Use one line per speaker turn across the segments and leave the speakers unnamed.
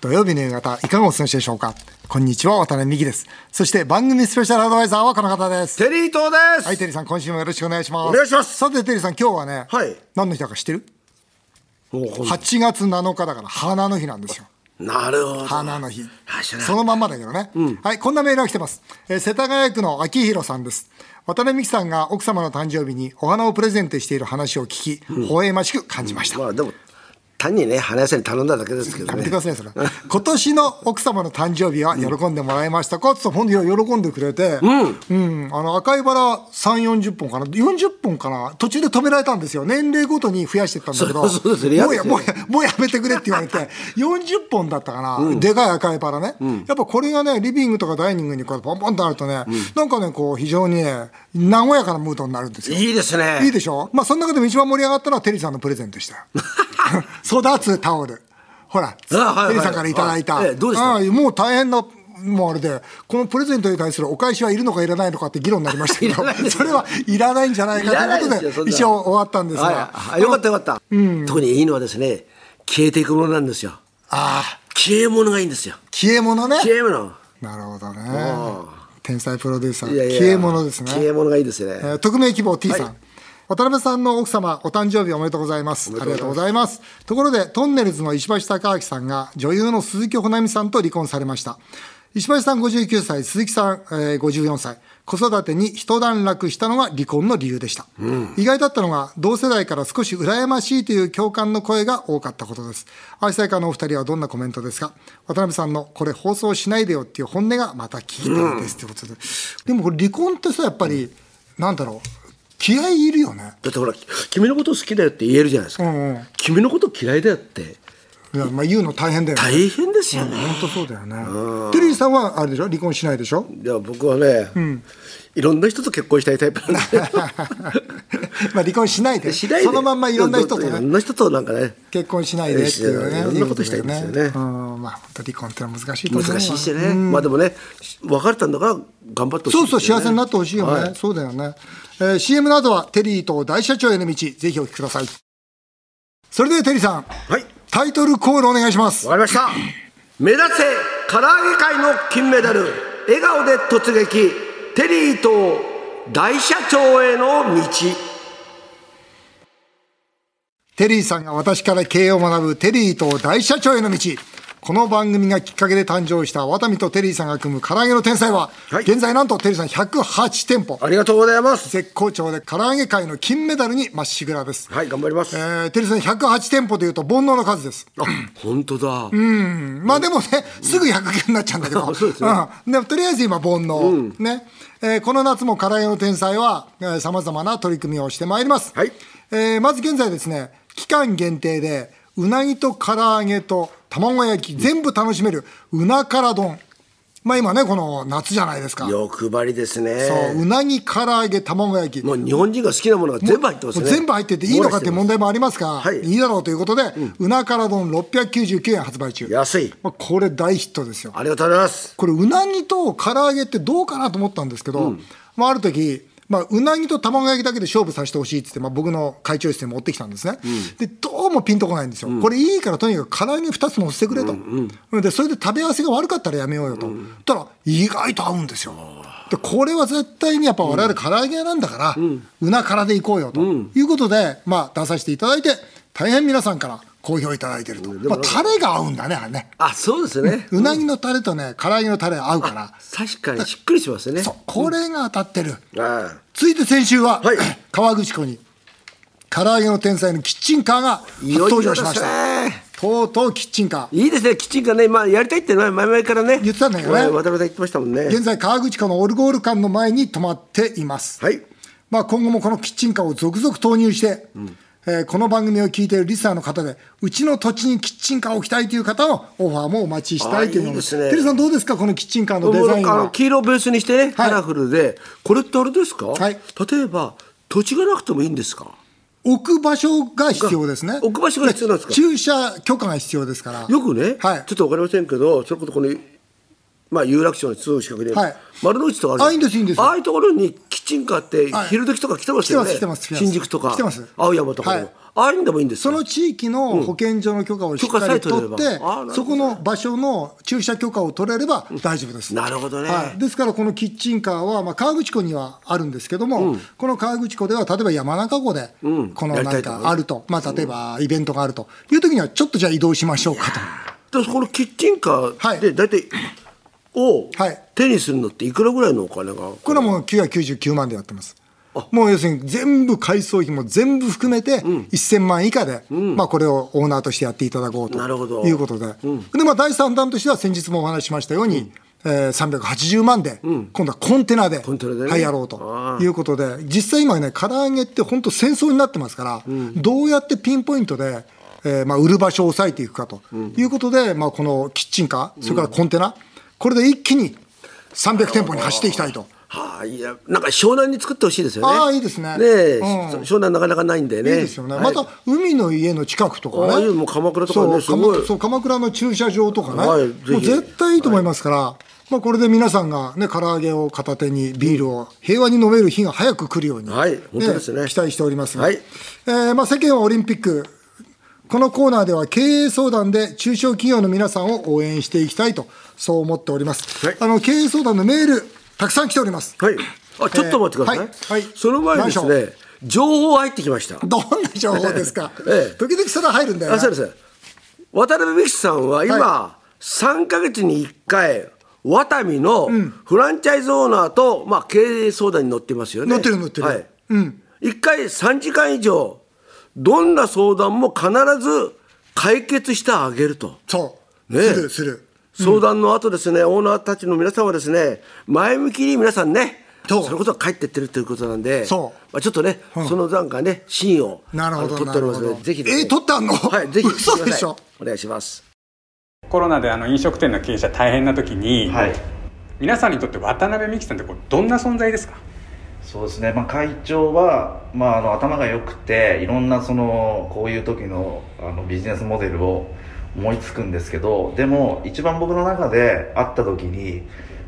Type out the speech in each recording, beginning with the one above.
土曜日の夕方、いかがお過ごしでしょうかこんにちは、渡辺美希です。そして番組スペシャルアドバイザーはこの方です。
テリー東です、
はい、テリーさん、今週もよろしくお願いします。
お願いします
さて、テリーさん、今日はね、
はい
何の日だか知ってる
おこん
?8 月7日だから、花の日なんですよ。
なるほど
花の日
あ知らなか
そ
った
のまんまだけどね、はいこんなメールが来てます、えー世田谷区の秋広さんです渡辺美樹さんが奥様の誕生日にお花をプレゼントしている話を聞き、微笑ましく感じました、
まあでも単にね花屋さんに頼んだだけですけど
やめ
ね
てくださいそれ今年の奥様の誕生日は喜んでもらいましたかつって本当に喜んでくれて、うんあの赤いバラ3四4 0本かな40本かな途中で止められたんですよ年齢ごとに増やしてったんだけど
そうそうですね
もうや
嫌ですね
もうやもうやめてくれって言われて 40本だったかな、でかい赤いバラね、やっぱこれがねリビングとかダイニングにこうポンポンとあるとね、なんかねこう非常にね和やかなムードになるんですよ
いいですね
いいでしょまあその中でも一番盛り上がったのはテリーさんのプレゼントでしたよ 育つタオルほら、
あはいはい
テリーさんからいただいた、
あええどうでした
ああもう大変なもうあれでこのプレゼントに対するお返しはいるのかいらないのかって議論になりましたけ
いらない
ど
です
それはいらないんじゃないか
いらない
という
で
こ
すよ
と
そ
で
んな
一応終わったんですが、
はいあよかったよかった、特にいいのはですね消えていくものなんですよ
ああ
消え物がいいんですよ
消え物ね
消え物
なるほどね天才プロデューサー
いやいや
消え物ですね
消え物がいいですね、
えー匿名希望 T さん、
はい
渡辺さんの奥様お誕生日おめでとうございますありがとうございますところでトンネルズの石橋貴明さんが女優の鈴木保奈美さんと離婚されました石橋さん59歳鈴木さん、えー54歳子育てに一段落したのが離婚の理由でした、意外だったのが同世代から少し羨ましいという共感の声が多かったことです愛妻家のお二人はどんなコメントですか渡辺さんのこれ放送しないでよっていう本音がまた聞きたいですということで、でもこれ離婚ってさやっぱり、なんだろう気合いいるよね
だってほら君のこと好きだよって言えるじゃないですか、
うんうん
君のこと嫌いだよって
いやまあ言うの大変だよね
大変ですよね、
本当そうだよねテリーさんはあれでしょ離婚しないでしょ
いや僕はね、いろんな人と結婚したいタイプなんで
まあ離婚しないで
しないで
そのまんまいろんな人と
いろ
ね
んな人となんかね
結婚しないでっていうね
いろんなことしたいんです
い
よね
いことだうんまあ本当離婚ってのは難しいと思うわ
難しいしね、まあでもね別れたんだから頑張ってほしい
そう
です
そ
よ
う幸
ね
せになってほしいよね、
は
そうだよね、えー CM などはテリーと大社長への道ぜひお聞きくださいそれではテリーさん
はい
タイトルコールお願いします
わかりました目指せ唐揚げ界の金メダル笑顔で突撃テリーと大社長への道
テリーさんが私から経営を学ぶテリーと大社長への道この番組がきっかけで誕生したワタミとテリーさんが組む唐揚げの天才は、
はい
現在なんとテリーさん108店舗
ありがとうございます
絶好調で唐揚げ界の金メダルにまっしぐらです、
はい頑張りま
え
す、
ーテリーさん108店舗というと煩悩の数です
あ本当だ、
まあでもね、すぐ100件になっちゃうんだけど、
そうですね
うん、でもとりあえず今、煩悩、ねえーこの夏も唐揚げの天才は、さまざまな取り組みをしてまいります、
はい
えーまず現在ですね、期間限定で、うなぎと唐揚げと卵焼き、全部楽しめる、うなから丼、まあ今ね、この夏じゃないですか、そ
欲張りですね
ううなぎ、唐揚げ、卵焼き、
もう日本人が好きなものが全部入ってますね
もう全部入ってていいのかって問題もありますが、
はい
い、いだろうということで、うなから丼699円発売中、
安い
まあ、これ、大ヒットですよ。
ありがとうございます
これうなぎと唐揚げってどうかなと思ったんですけど、まあ、ある時、まあ、うなぎと卵焼きだけで勝負させてほしいってって、まあ、僕の会長室に持ってきたんですね、でどうもピンとこないんですよ、これいいからとにかく唐揚げ2つ乗せてくれと、でそれで食べ合わせが悪かったらやめようよと、たら意外と合うんですよでこれは絶対にやっぱ我々唐揚げ屋なんだから、うなからでいこうよと、いうことで、まあ、出させていただいて大変皆さんから好評いただいてると、まあ、タレが合うんだねあれね
あそうですね
うなぎのタレとね、唐揚げのタレ合うから、
確かにしっくりしますね
そうこれが当たってる。
ああ
続いて先週は、
はい
川口湖に、唐揚げの天才のキッチンカーが初
いよいよ
登場
で
し
す
ました。
ね
とうとうキッチンカー。
いいですねキッチンがね、まあ、やりたいってのは前々からね
言ってたんだけどね
渡辺さん言ってましたもんね
現在、川口湖のオルゴール館の前に泊まっています。
はい
まあ、今後もこのキッチンカーを続々投入して、えーこの番組を聞いているリスナーの方で、うちの土地にキッチンカーを置きたいという方のオファーもお待ちしたいというものです。
あいいですね
テリーさんどうですか、このキッチンカーのデ
もう
ザ
な
イ
ん
ン
かあの
は。
黄色をベースにしてね
はい
カラフルで、これってあれですか、
はい
例えば土地がなくてもいいんですか
置く場所が必要ですね
置く場所が必要なんですか
駐車許可が必要ですから
よくね、
はい
ちょっとわかりませんけどそれこそこのまあ、有楽町に通う近くで、
はい
丸の内とかある
あいいんですいいんです
ああいうところにキッチンカーって
はい
昼時とか来てますよね、
来てます来てます
新宿とか
来てます
青山とかも、
はい
ああいうのでもいいんです
そ
よ
の地域の保健所の許可をしっ
許可
か
さえ
り
取
取
れれば
って、
あーなるほど
そこの場所の駐車許可を取れれば大丈夫です。
なるほどね
はい、ですからこのキッチンカーは、まあ、川口湖にはあるんですけども、この川口湖では例えば山中湖で、
ん
この
やりた
ないん
と思い
か
ます
あると、まあ、例えばイベントがあるという時には、ちょっとじゃあ移動しましょうかと。
でこのキッチンカ
は
ー
い
で大体を
はい
手にするのっていくらぐらいのお金が
これはもう999万でやってます。もう要するに全部改装費も全部含めて1000万以下で、まあ、これをオーナーとしてやっていただこうと
なるほど
いうことで,、でまあ、第3弾としては先日もお話ししましたように、えー380万で、今度はコンテナで
ンテナでね
はい、やろうということで実際今ね唐揚げって本当戦争になってますから、どうやってピンポイントで、えーまあ、売る場所を抑えていくかということで、まあ、このキッチンカーそれからコンテナ、これで一気に300店舗に走っていきたいと。
はあ、いやなんか湘南に作ってほしいですよね。
ああいいですね
ねえ、
うん
そ湘南なかなかないんでね。
いいですよね、
はい
また海の家の近くとかね
ああいうもう鎌倉とかね
そう
すごい
鎌そう鎌倉の駐車場とかね、
はいぜひ
もう絶対いいと思いますから、まあ、これで皆さんがね唐揚げを片手にビールを平和に飲める日が早く来るように、
はい本当ですね
期待しておりますが、
はい
えーまあ、世間はオリンピックこのコーナーでは経営相談で中小企業の皆さんを応援していきたいとそう思っております、
はい
あの経営相談のメールたくさん来ております、
はい。あちょっと待ってください。
えーはいはい
その前にです
何
ね情報入ってきました。
どんな情報ですか、
ええ
時々それ入るんだよ
あ
な
そうです。渡辺美樹さんは今
は
三、ヶ月に一回ワタミのフランチャイズオーナーと、まあ経営相談に乗ってますよね。
乗ってる乗ってる
はい。一回三時間以上どんな相談も必ず解決してあげると。
そう、
ねえ
するする
相談の後ですね、オーナーたちの皆さんはですね前向きに皆さんね
そ
そうれこそ帰ってってるということなんで
そう
まあ、ちょっとね、その段階ねシーンを
なるほど
あの撮っておりますの
なる
で
ほど
ぜひ、ね、
えー撮ってあんの
はいぜひ
嘘でしょ
見てくださいお願いします
コロナであの飲食店の経営者大変な時に、
はい、
皆さんにとって渡辺美樹さんってこうどんな存在ですか
そうですね、まあ、会長は、まあ、あの頭が良くていろんなそのこういう時のあのビジネスモデルを思いつくんですけどでも一番僕の中で会った時に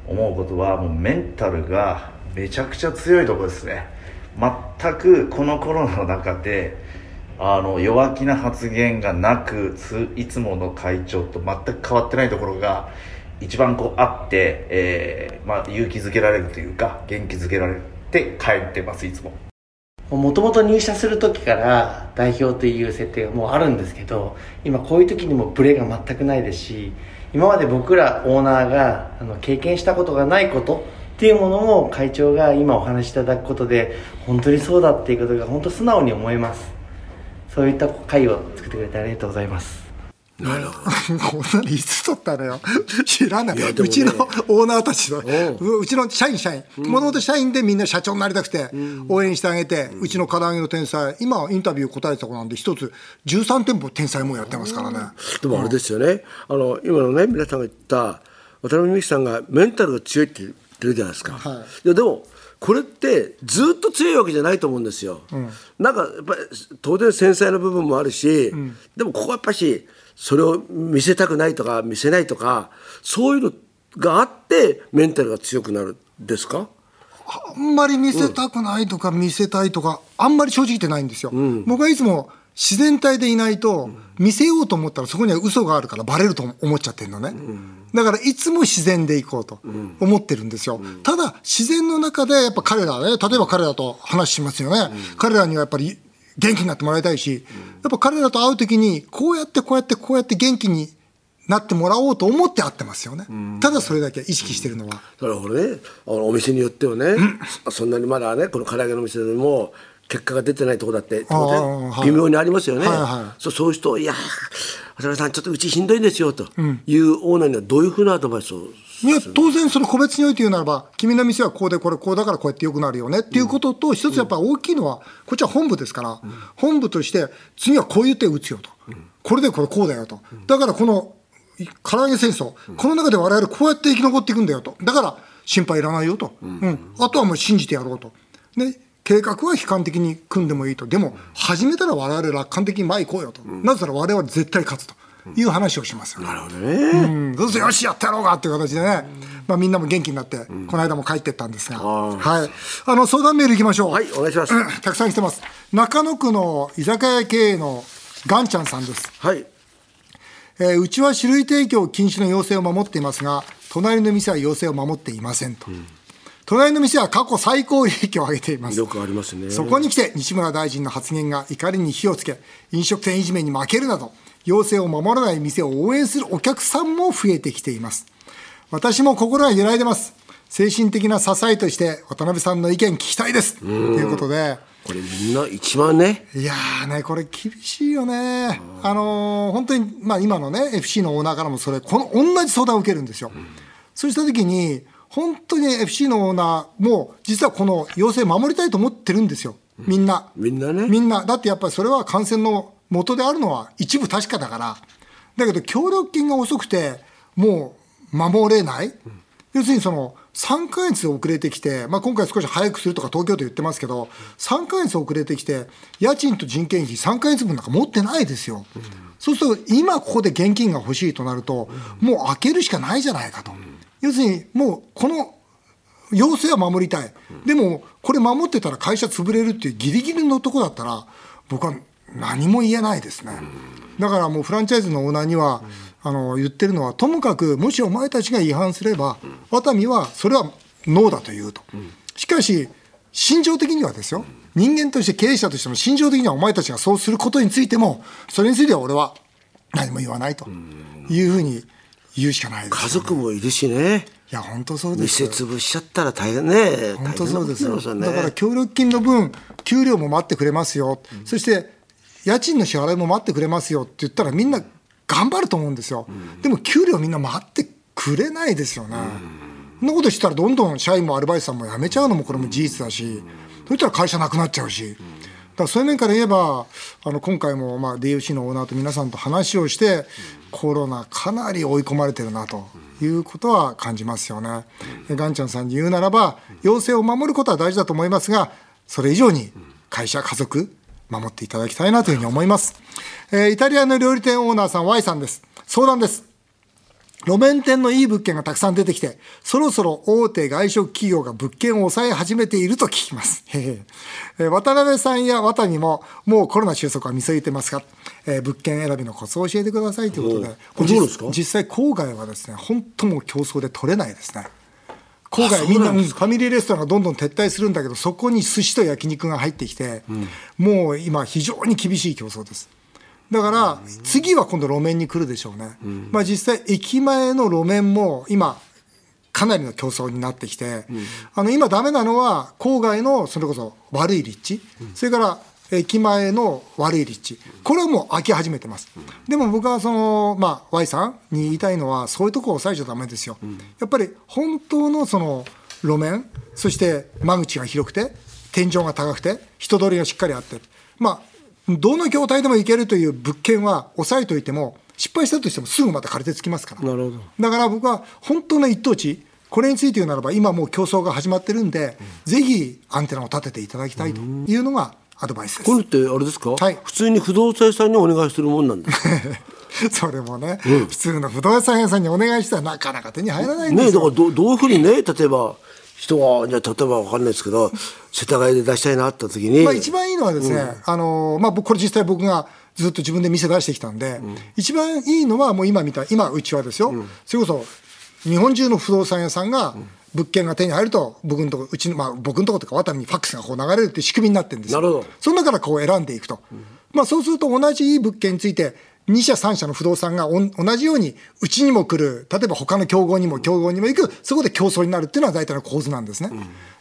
思うことはもうメンタルがめちゃくちゃ強いところですね全くこのコロナの中であの弱気な発言がなくついつもの会長と全く変わってないところが一番こうあって、えーまあ、勇気づけられるというか元気づけられて帰ってますいつも
もともと入社する時から代表という設定がもうあるんですけど今こういう時にもブレが全くないですし今まで僕らオーナーがあの経験したことがないことっていうものも会長が今お話しいただくことで本当にそうだっていうことが本当素直に思いますそういった会を作ってくれてありがとうございます
こんなのいつ撮ったのよ 知らない
やでも
う
ね
ちのオーナーたちの
う
うちの社員社員もともと社員でみんな社長になりたくて応援してあげて、うちの唐揚げの天才今インタビュー答えてた子なんで一つ13店舗天才もやってますからね
でもあれですよね、あの今のね皆さんが言った渡辺美樹さんがメンタルが強いって言ってるじゃないですか、
はい
やでもこれってずっと強いわけじゃないと思うんですよ、なんかやっぱり当然繊細な部分もあるし、でもここはやっぱしそれを見せたくないとか見せないとかそういうのがあってメンタルが強くなるんですか
あんまり見せたくないとか見せたいとか、あんまり正直ってないんですよ、僕はいつも自然体でいないと見せようと思ったらそこには嘘があるからバレると思っちゃってるのね、だからいつも自然でいこうと思ってるんですよ、ただ自然の中でやっぱ彼らね例えば彼らと話しますよね、彼らにはやっぱり元気になってもらいたいし、やっぱ彼らと会う時にこうやってこうやってこうやって元気になってもらおうと思って会ってますよね、ただそれだけ意識してるのは、
なるほどねあのお店によってはね、そそんなにまだねこの唐揚げの店でも結果が出てないとこだって
あー
当然
はい
微妙にありますよね、
はいはい
そうそういう人いやー渡辺さんちょっとうちしんどいんですよというオーナーにはどういうふうなアドバイスを
いや当然その個別において言うならば君の店はこうでこれこうだからこうやってよくなるよねっていうことと、一つやっぱ大きいのはこっちは本部ですから、本部として次はこういう手を打つよと、これでこれこうだよと、だからこのい唐揚げ戦争、この中で我々こうやって生き残っていくんだよとだから心配いらないよと、うんあとはもう信じてやろうと。ね計画は悲観的に組んでもいいとでも始めたら我々楽観的に前行こうよと、なぜなら我々は絶対勝つと、いう話をしますよ、ね
なるほどね。
うん、そうするとよしやってやろうかっていう形でね、まあ、みんなも元気になって、この間も帰ってったんですが、
あー
はい、あの相談メールいきましょう、
はいお願いします
うん たくさん来てます中野区の居酒屋経営のガンちゃんさんです、
はい。
えーうちは酒類提供禁止の要請を守っていますが隣の店は要請を守っていませんと、隣の店は過去最高利益を上げています
よくありますね。
そこに来て西村大臣の発言が怒りに火をつけ飲食店いじめに負けるなど要請を守らない店を応援するお客さんも増えてきています私も心が揺らいでます精神的な支えとして渡辺さんの意見聞きたいですということで
これみんな一番ね。
いやーねこれ厳しいよねあのー本当にまあ今のね FC のオーナーからもそれこの同じ相談を受けるんですよ、そうした時に本当に FC のオーナーも実はこの要請守りたいと思ってるんですよみんな、
みんなね
みんなだってやっぱりそれは感染の元であるのは一部確かだからだけど協力金が遅くてもう守れない、要するにその3ヶ月遅れてきて、まあ、今回少し早くするとか東京都言ってますけど3ヶ月遅れてきて家賃と人件費3ヶ月分なんか持ってないですよ、そうすると今ここで現金が欲しいとなると、もう開けるしかないじゃないかと、要するにもうこの要請は守りたい、でもこれ守ってたら会社潰れるっていうギリギリのとこだったら僕は何も言えないですね、だからもうフランチャイズのオーナーには、あの言ってるのはともかくもしお前たちが違反すれば、熱海はそれはノーだと言うと、しかし心情的にはですよ人間として経営者としても心情的にはお前たちがそうすることについてもそれについては俺は何も言わないというふうに言うしかないです
家族もいるしね。
いや本当そうです
店
よ
潰しちゃったら大変ね。
本当そうですよ
大変な
だ
こと
から
よね。
協力金の分給料も待ってくれますよ、そして家賃の支払いも待ってくれますよって言ったらみんな頑張ると思うんですよ、でも給料みんな待ってくれないですよね、そんなことしたらどんどん社員もアルバイトさんも辞めちゃうのもこれも事実だし、そしたら会社なくなっちゃうし、だからそういう面から言えばあの今回もまあ DUC のオーナーと皆さんと話をして、コロナかなり追い込まれてるなということは感じますよね、でガンちゃんさんに言うならば要請を守ることは大事だと思いますがそれ以上に会社家族守っていただきたいなというふうに思います、えーイタリアの料理店オーナーさん Y さんです相談です路面店のいい物件がたくさん出てきて、そろそろ大手外食企業が物件を抑え始めていると聞きます。へへえー渡辺さんや渡にも、もうコロナ収束は見据えてますが、えー物件選びのコツを教えてくださいということで、
お
これ
どうですか
実実際郊外はですね、本当もう競争で取れないですね。郊
あ
外
そ
み
うんな
なんフ
です
ァミリーレストランがどんどん撤退するんだけどそこに寿司と焼肉が入ってきて、もう今非常に厳しい競争ですだから次は今度路面に来るでしょうね、まあ実際駅前の路面も今かなりの競争になってきて、あの今ダメなのは郊外のそれこそ悪い立地、それから駅前の悪い立地これはもう開き始めてます、でも僕はその、まあ、Y さんに言いたいのはそういうとこを抑えちゃダメですよ、やっぱり本当のその路面そして間口が広くて天井が高くて人通りがしっかりあってまあどの業態でも行けるという物件は抑えておいても失敗したとしてもすぐまた借りてつきますから
なるほど
だから僕は本当の一等地、これについて言うならば、今もう競争が始まってるんで、ぜひアンテナを立てていただきたいというのがアドバイスです。
これってあれですか、
はい
普通に不動産屋さんにお願いしてるもんなんですか
それもね、普通の不動産屋さんにお願いしたらなかなか手に入らないんで
ね
す
だか
よ。
らどどういうふうにね例えば人がじゃあ例えばわかんないですけど世田谷で出したいなって言った時に、
まあ、一番いいのはですね、あのまあ、僕これ実際僕がずっと自分で店出してきたんで、一番いいのはもう今みたい今うちはですよ、それこそ日本中の不動産屋さんが物件が手に入ると僕のとこうちの、まあ、僕のとことか渡辺にファックスがこう流れるっていう仕組みになってるんですよ
なるほど
その中からこう選んでいくと、まあ、そうすると同じいい物件について2社3社の不動産がおん同じようにうちにも来る例えば他の競合にも競合にも行くそこで競争になるっていうのは大体の構図なんですね、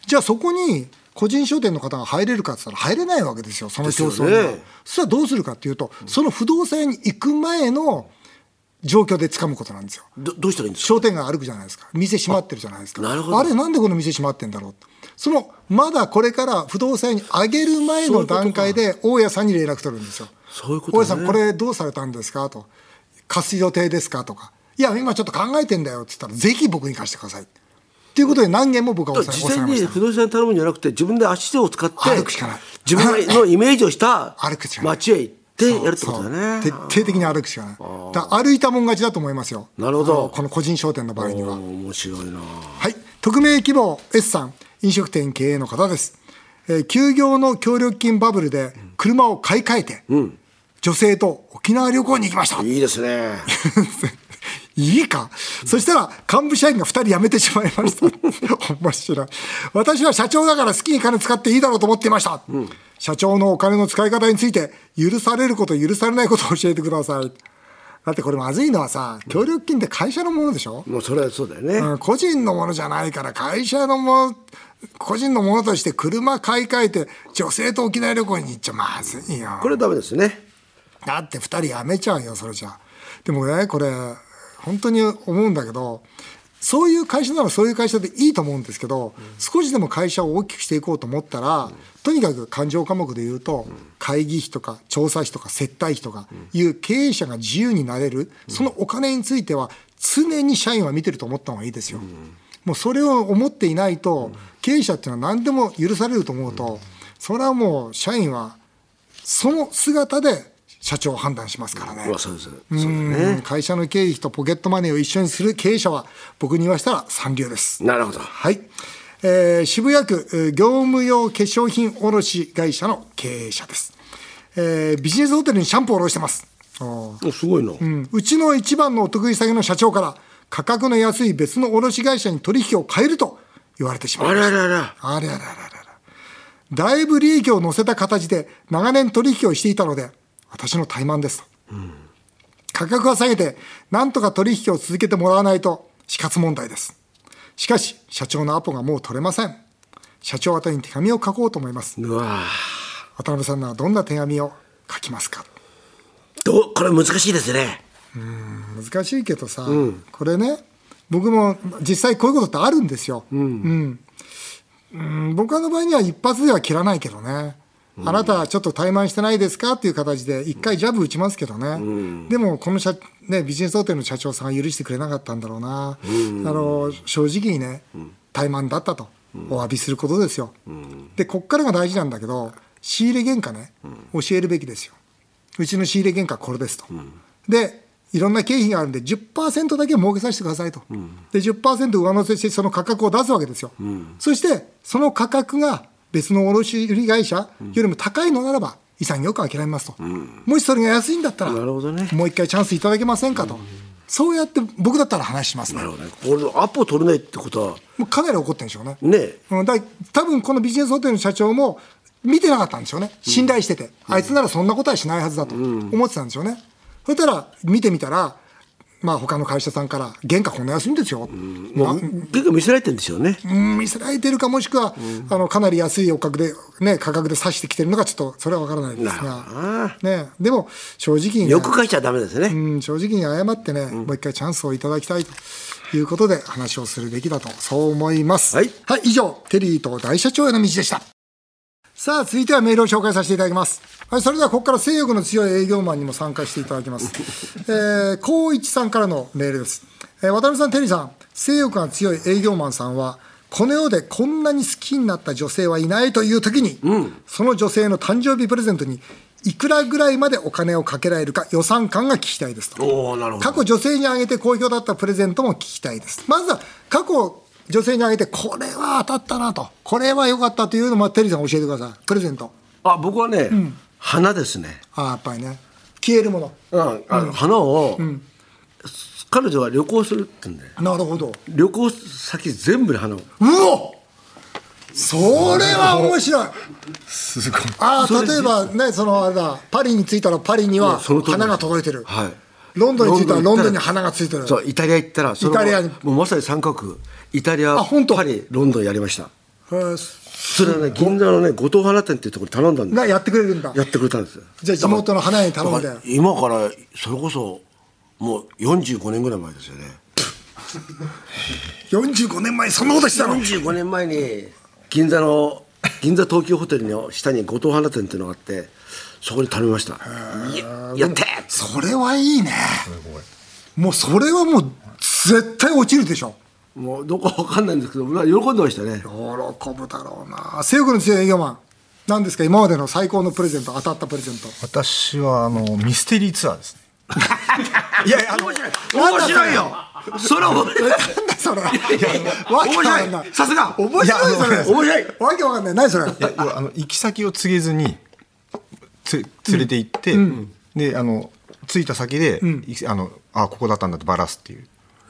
じゃあそこに個人商店の方が入れるかって言ったら入れないわけですよその競争には、
ですよね
それはどうするかっていうとその不動産屋に行く前の状況で掴むことなんですよ
どどうしたらいいんですか
商店街歩くじゃないですか店閉まってるじゃないですか
なるほど
あれなんでこの店閉まってんだろうそのまだこれから不動産屋に上げる前の段階で大家さんに連絡取るんですよ
そういうこと
大
ね
家さんこれどうされたんですかと貸す予定ですかとかいや今ちょっと考えてんだよって言ったらぜひ僕に貸してくださいっていうことで何件も僕は抑え
事
抑えま
前
し
に
た
不動産屋に頼むんじゃなくて自分で足を使って
歩くしかない
自分のイメージをした
歩くしかない
街へ行っ底やるってことだね
徹底的に歩くしかないだから歩いたもん勝ちだと思いますよ
なるほど
あのこの個人商店の場合には
おー面白いな
はい匿名希望 S さん飲食店経営の方です、えー休業の協力金バブルで車を買い替えて、女性と沖縄旅行に行きました
いいですね
いいか、そしたら幹部社員が2人辞めてしまいました 面白い私は社長だから好きに金使っていいだろうと思っていました、社長のお金の使い方について許されること許されないことを教えてくださいだってこれまずいのはさ協力金って会社のものでしょ、
もうそれはそうだよね、
うん個人のものじゃないから会社のもの個人のものとして車買い替えて女性と沖縄旅行に行っちゃまずいよ
これダメですね
だって2人やめちゃうよそれじゃでもねこれ本当に思うんだけどそういう会社ならそういう会社でいいと思うんですけど、少しでも会社を大きくしていこうと思ったら、とにかく勘定科目で言うと、会議費とか調査費とか接待費とかいう経営者が自由になれる、そのお金については常に社員は見てると思った方がいいですよ。もうそれを思っていないと、経営者っていうのは何でも許されると思うと、それはもう社員はその姿で社長を判断しますからね。
うわそうですそうだ
う
ね
ん会社の経費とポケットマネーを一緒にする経営者は僕に言わせたら三流です。
なるほど
はい、えー渋谷区えー業務用化粧品卸会社の経営者です、えービジネスホテルにシャンプーを卸してますおー
おすごいな、
うんうちの一番のお得意先の社長から価格の安い別の卸会社に取引を変えると言われてしまい
あ
ました
ららら
あれあれあれあれあれだいぶ利益を乗せた形で長年取引をしていたので、私の怠慢ですと。価格は下げて、なんとか取引を続けてもらわないと死活問題です。しかし、社長のアポがもう取れません。社長宛てに手紙を書こうと思います。
うわ
渡辺さんならどんな手紙を書きますか
どうこれ難しいですね
難しいけどさ、これね僕も実際こういうことってあるんですよ、うんうん僕の場合には一発では切らないけどね、あなたちょっと怠慢してないですかっていう形で一回ジャブ打ちますけどね、でもこの社、ね、ビジネスホテルの社長さんは許してくれなかったんだろうな、あの正直にね怠慢だったとお詫びすることですよ、でこっからが大事なんだけど仕入れ原価ね教えるべきですよ、うちの仕入れ原価はこれですと、でいろんな経費があるんで10%だけ儲けさせてくださいと、で10%上乗せしてその価格を出すわけですよ、そしてその価格が別の卸売会社よりも高いのならば潔く諦めますと、もしそれが安いんだったら
なるほどね
もう一回チャンスいただけませんかと、そうやって僕だったら話しますね
なるほどねこれアポ取れないってことは
もうかなり怒ってるんでしょうね
ねえ
うん、だ多分このビジネスホテルの社長も見てなかったんでしょうね信頼してて、あいつならそんなことはしないはずだと思ってたんでしょうね、そしたら見てみたらまあ他の会社さんから原価こんな安いんですよ、
もう結構見せられてるんですよね
うん見せられてるかもしくは、あのかなり安いお格で、ね、価格で指してきてるのがちょっとそれは分からないですが、ね、でも正直に、ね、
欲書いちゃダメですね、
うん、正直に謝ってね、もう一回チャンスをいただきたいということで話をするべきだとそう思います
はい
以上テリーと大社長への道でしたさあ続いてはメールを紹介させていただきます、はい、それではここから性欲の強い営業マンにも参加していただきますえー光一さんからのメールです、えー渡辺さんテリーさん性欲が強い営業マンさんはこの世でこんなに好きになった女性はいないという時に、その女性の誕生日プレゼントにいくらぐらいまでお金をかけられるか予算感が聞きたいですと
おおなるほど
過去女性にあげて好評だったプレゼントも聞きたいですまずは過去女性にあげてこれは当たったなとこれは良かったというのもテリーさん教えてくださいプレゼント
あ僕はね、花ですね、
ああやっぱりね消えるもの
うん、あの花を、彼女は旅行するって言うんで
なるほど
旅行先全部で花を
うおそれは面白い
すごい
ああ例えばねそのあれだパリに着いたらパリには
うんその通り
花が届いてる、
はい
ロンドンに着いたらロンドン
ロンドン
に
に
花がついてる
そうイタリア行ったらその
イタリアに
もうまさに三角イタリア
あ本当
パリロンドンやりました
へー
それはね銀座のね五島花店っていうところに頼んだんで
がやってくれるんだ
やってくれたんですよ
じゃあ地元の花屋に頼んで
だから今からそれこそもう45年ぐらい前ですよね
45年前そんなことしたの
45年前に銀座の銀座東急ホテルの下に五島花店っていうのがあってそこに頼みましたいややって
それはいいねもうそれはもう絶対落ちるでしょ
もうどこかわかんないんですけど喜んでましたね
喜ぶだろうな性欲の強い営業マン何ですか今までの最高のプレゼント当たったプレゼント
私はあのミステリーツアーですねいやいやあの
面白いよそれは面白い
なんだそれわけわ
面
かんな
白い
い
さすが
面白いそれ
いや
面白い
わけわかんない何それ
いや要はあの行き先を告げずにつ連れて行って、であの着いた先で、いあのあここだったんだってばらすっていう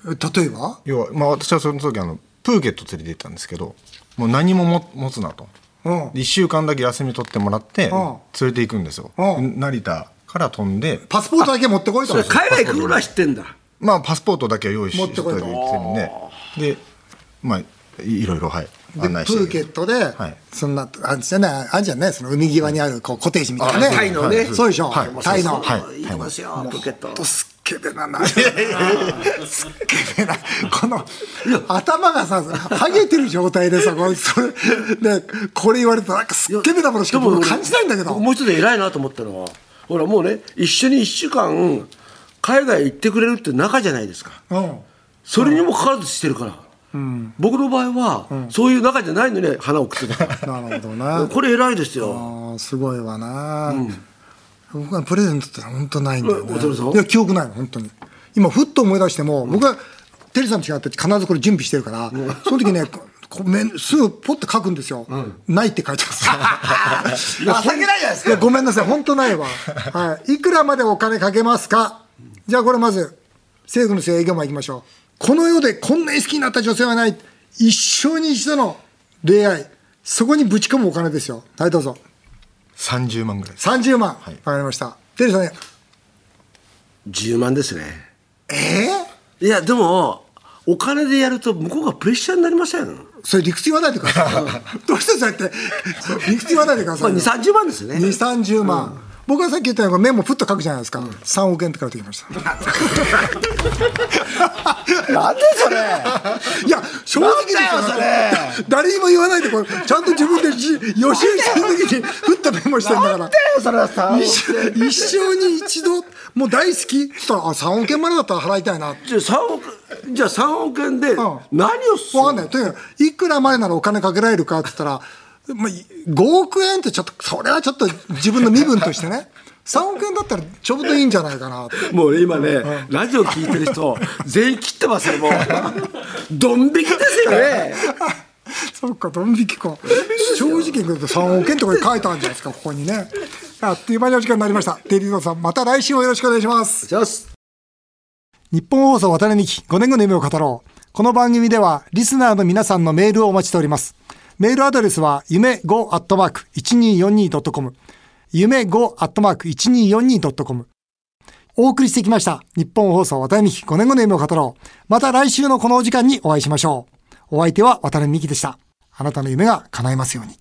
例えば
要は、まあ、私はその時あのプーケット連れて行ったんですけどもう何もも持つなと
うん
1週間だけ休み取ってもらって
うん
連れて行くんですよ
うん
成田から飛んで
パスポートだけ持ってこいと
それ海外行くのは知ってんだ
まあパスポートだけは用意し
持
し
ってて
お
こい
い
と
てるんででまあいいろいろはい
で
案内して
プーケットで、
はい
そんなあんじゃないあんじゃないその海際にあるこうコテージみたいなね
あタイのね
はいそうでしょ、
はい
タイの、
はい
いいとこですよプーケット
とすっけべななすっけべなこの頭がさハゲてる状態でさこうそれでこれ言われたらなんかすっけべなものしか
でも
僕感じないんだけど
もう一つ偉いなと思ったのはほらもうね一緒に1週間海外行ってくれるって仲じゃないですか
うん
それにもかかわらずしてるから、僕の場合は、そういう仲じゃないのに花を送ってたか
なるほど
ら
な
これ偉いですよ
あーすごいわな、僕はプレゼントって本当ないんだよ、ね、
え渡さん
いや記憶ないの本当に今ふっと思い出しても、僕はテリーさんと違って必ずこれ準備してるから、その時ねここうめんすぐポッと書くんですよ、ないって書いてますよ
情けないじゃないですか
やごめんなさい本当ないわ、はい、いくらまでお金かけますかじゃあこれまず政府の性営業マンいきましょうこの世でこんなに好きになった女性はない一生に一度の恋愛そこにぶち込むお金ですよはいどうぞ
30万ぐらいです
30万、
はい
わかりましたテリーさんね
10万ですね
え
いやでもお金でやると向こうがプレッシャーになりません、ま
ー、それ理屈言わないでください どうしてそうやって理屈言わないでくだ
あ、
さい
2
よ
3 0万ですね
2三3 0万、僕はさっき言ったようにメモふっと書くじゃないですか、3億円って書いてきました
なんでそれ
いや正直ですよ 誰にも言わないでこれちゃんと自分でじ予習する時にふっとメモしてんだから
それはさ
一生一生に一度もう大好きそしたらあ3億円までだったら払いたいな
じゃあ3億じゃあ3億円で
ん
何をする
わかんない。とにかく、いくら前ならお金かけられるかって言ったら、まあ、い5億円ってちょっと、それはちょっと自分の身分としてね、3億 円だったらちょうどいいんじゃないかなって。
もうね今ね、ラジオ聞いてる人全員切ってますよもうドン引きですよね
そっか、ドン引きか。正直に言うと3億円ってこれ書いたんじゃないですか、ここにね。あっという間にお時間になりました。デリーゾーさん、また来週もよろしくお願いします。
じゃあす
日本放送渡辺美希5年後の夢を語ろう。この番組ではリスナーの皆さんのメールをお待ちしております。メールアドレスは夢 5-1242.com 夢 5-1242.com お送りしてきました。日本放送渡辺美希5年後の夢を語ろう。また来週のこのお時間にお会いしましょう。お相手は渡辺美希でした。あなたの夢が叶いますように。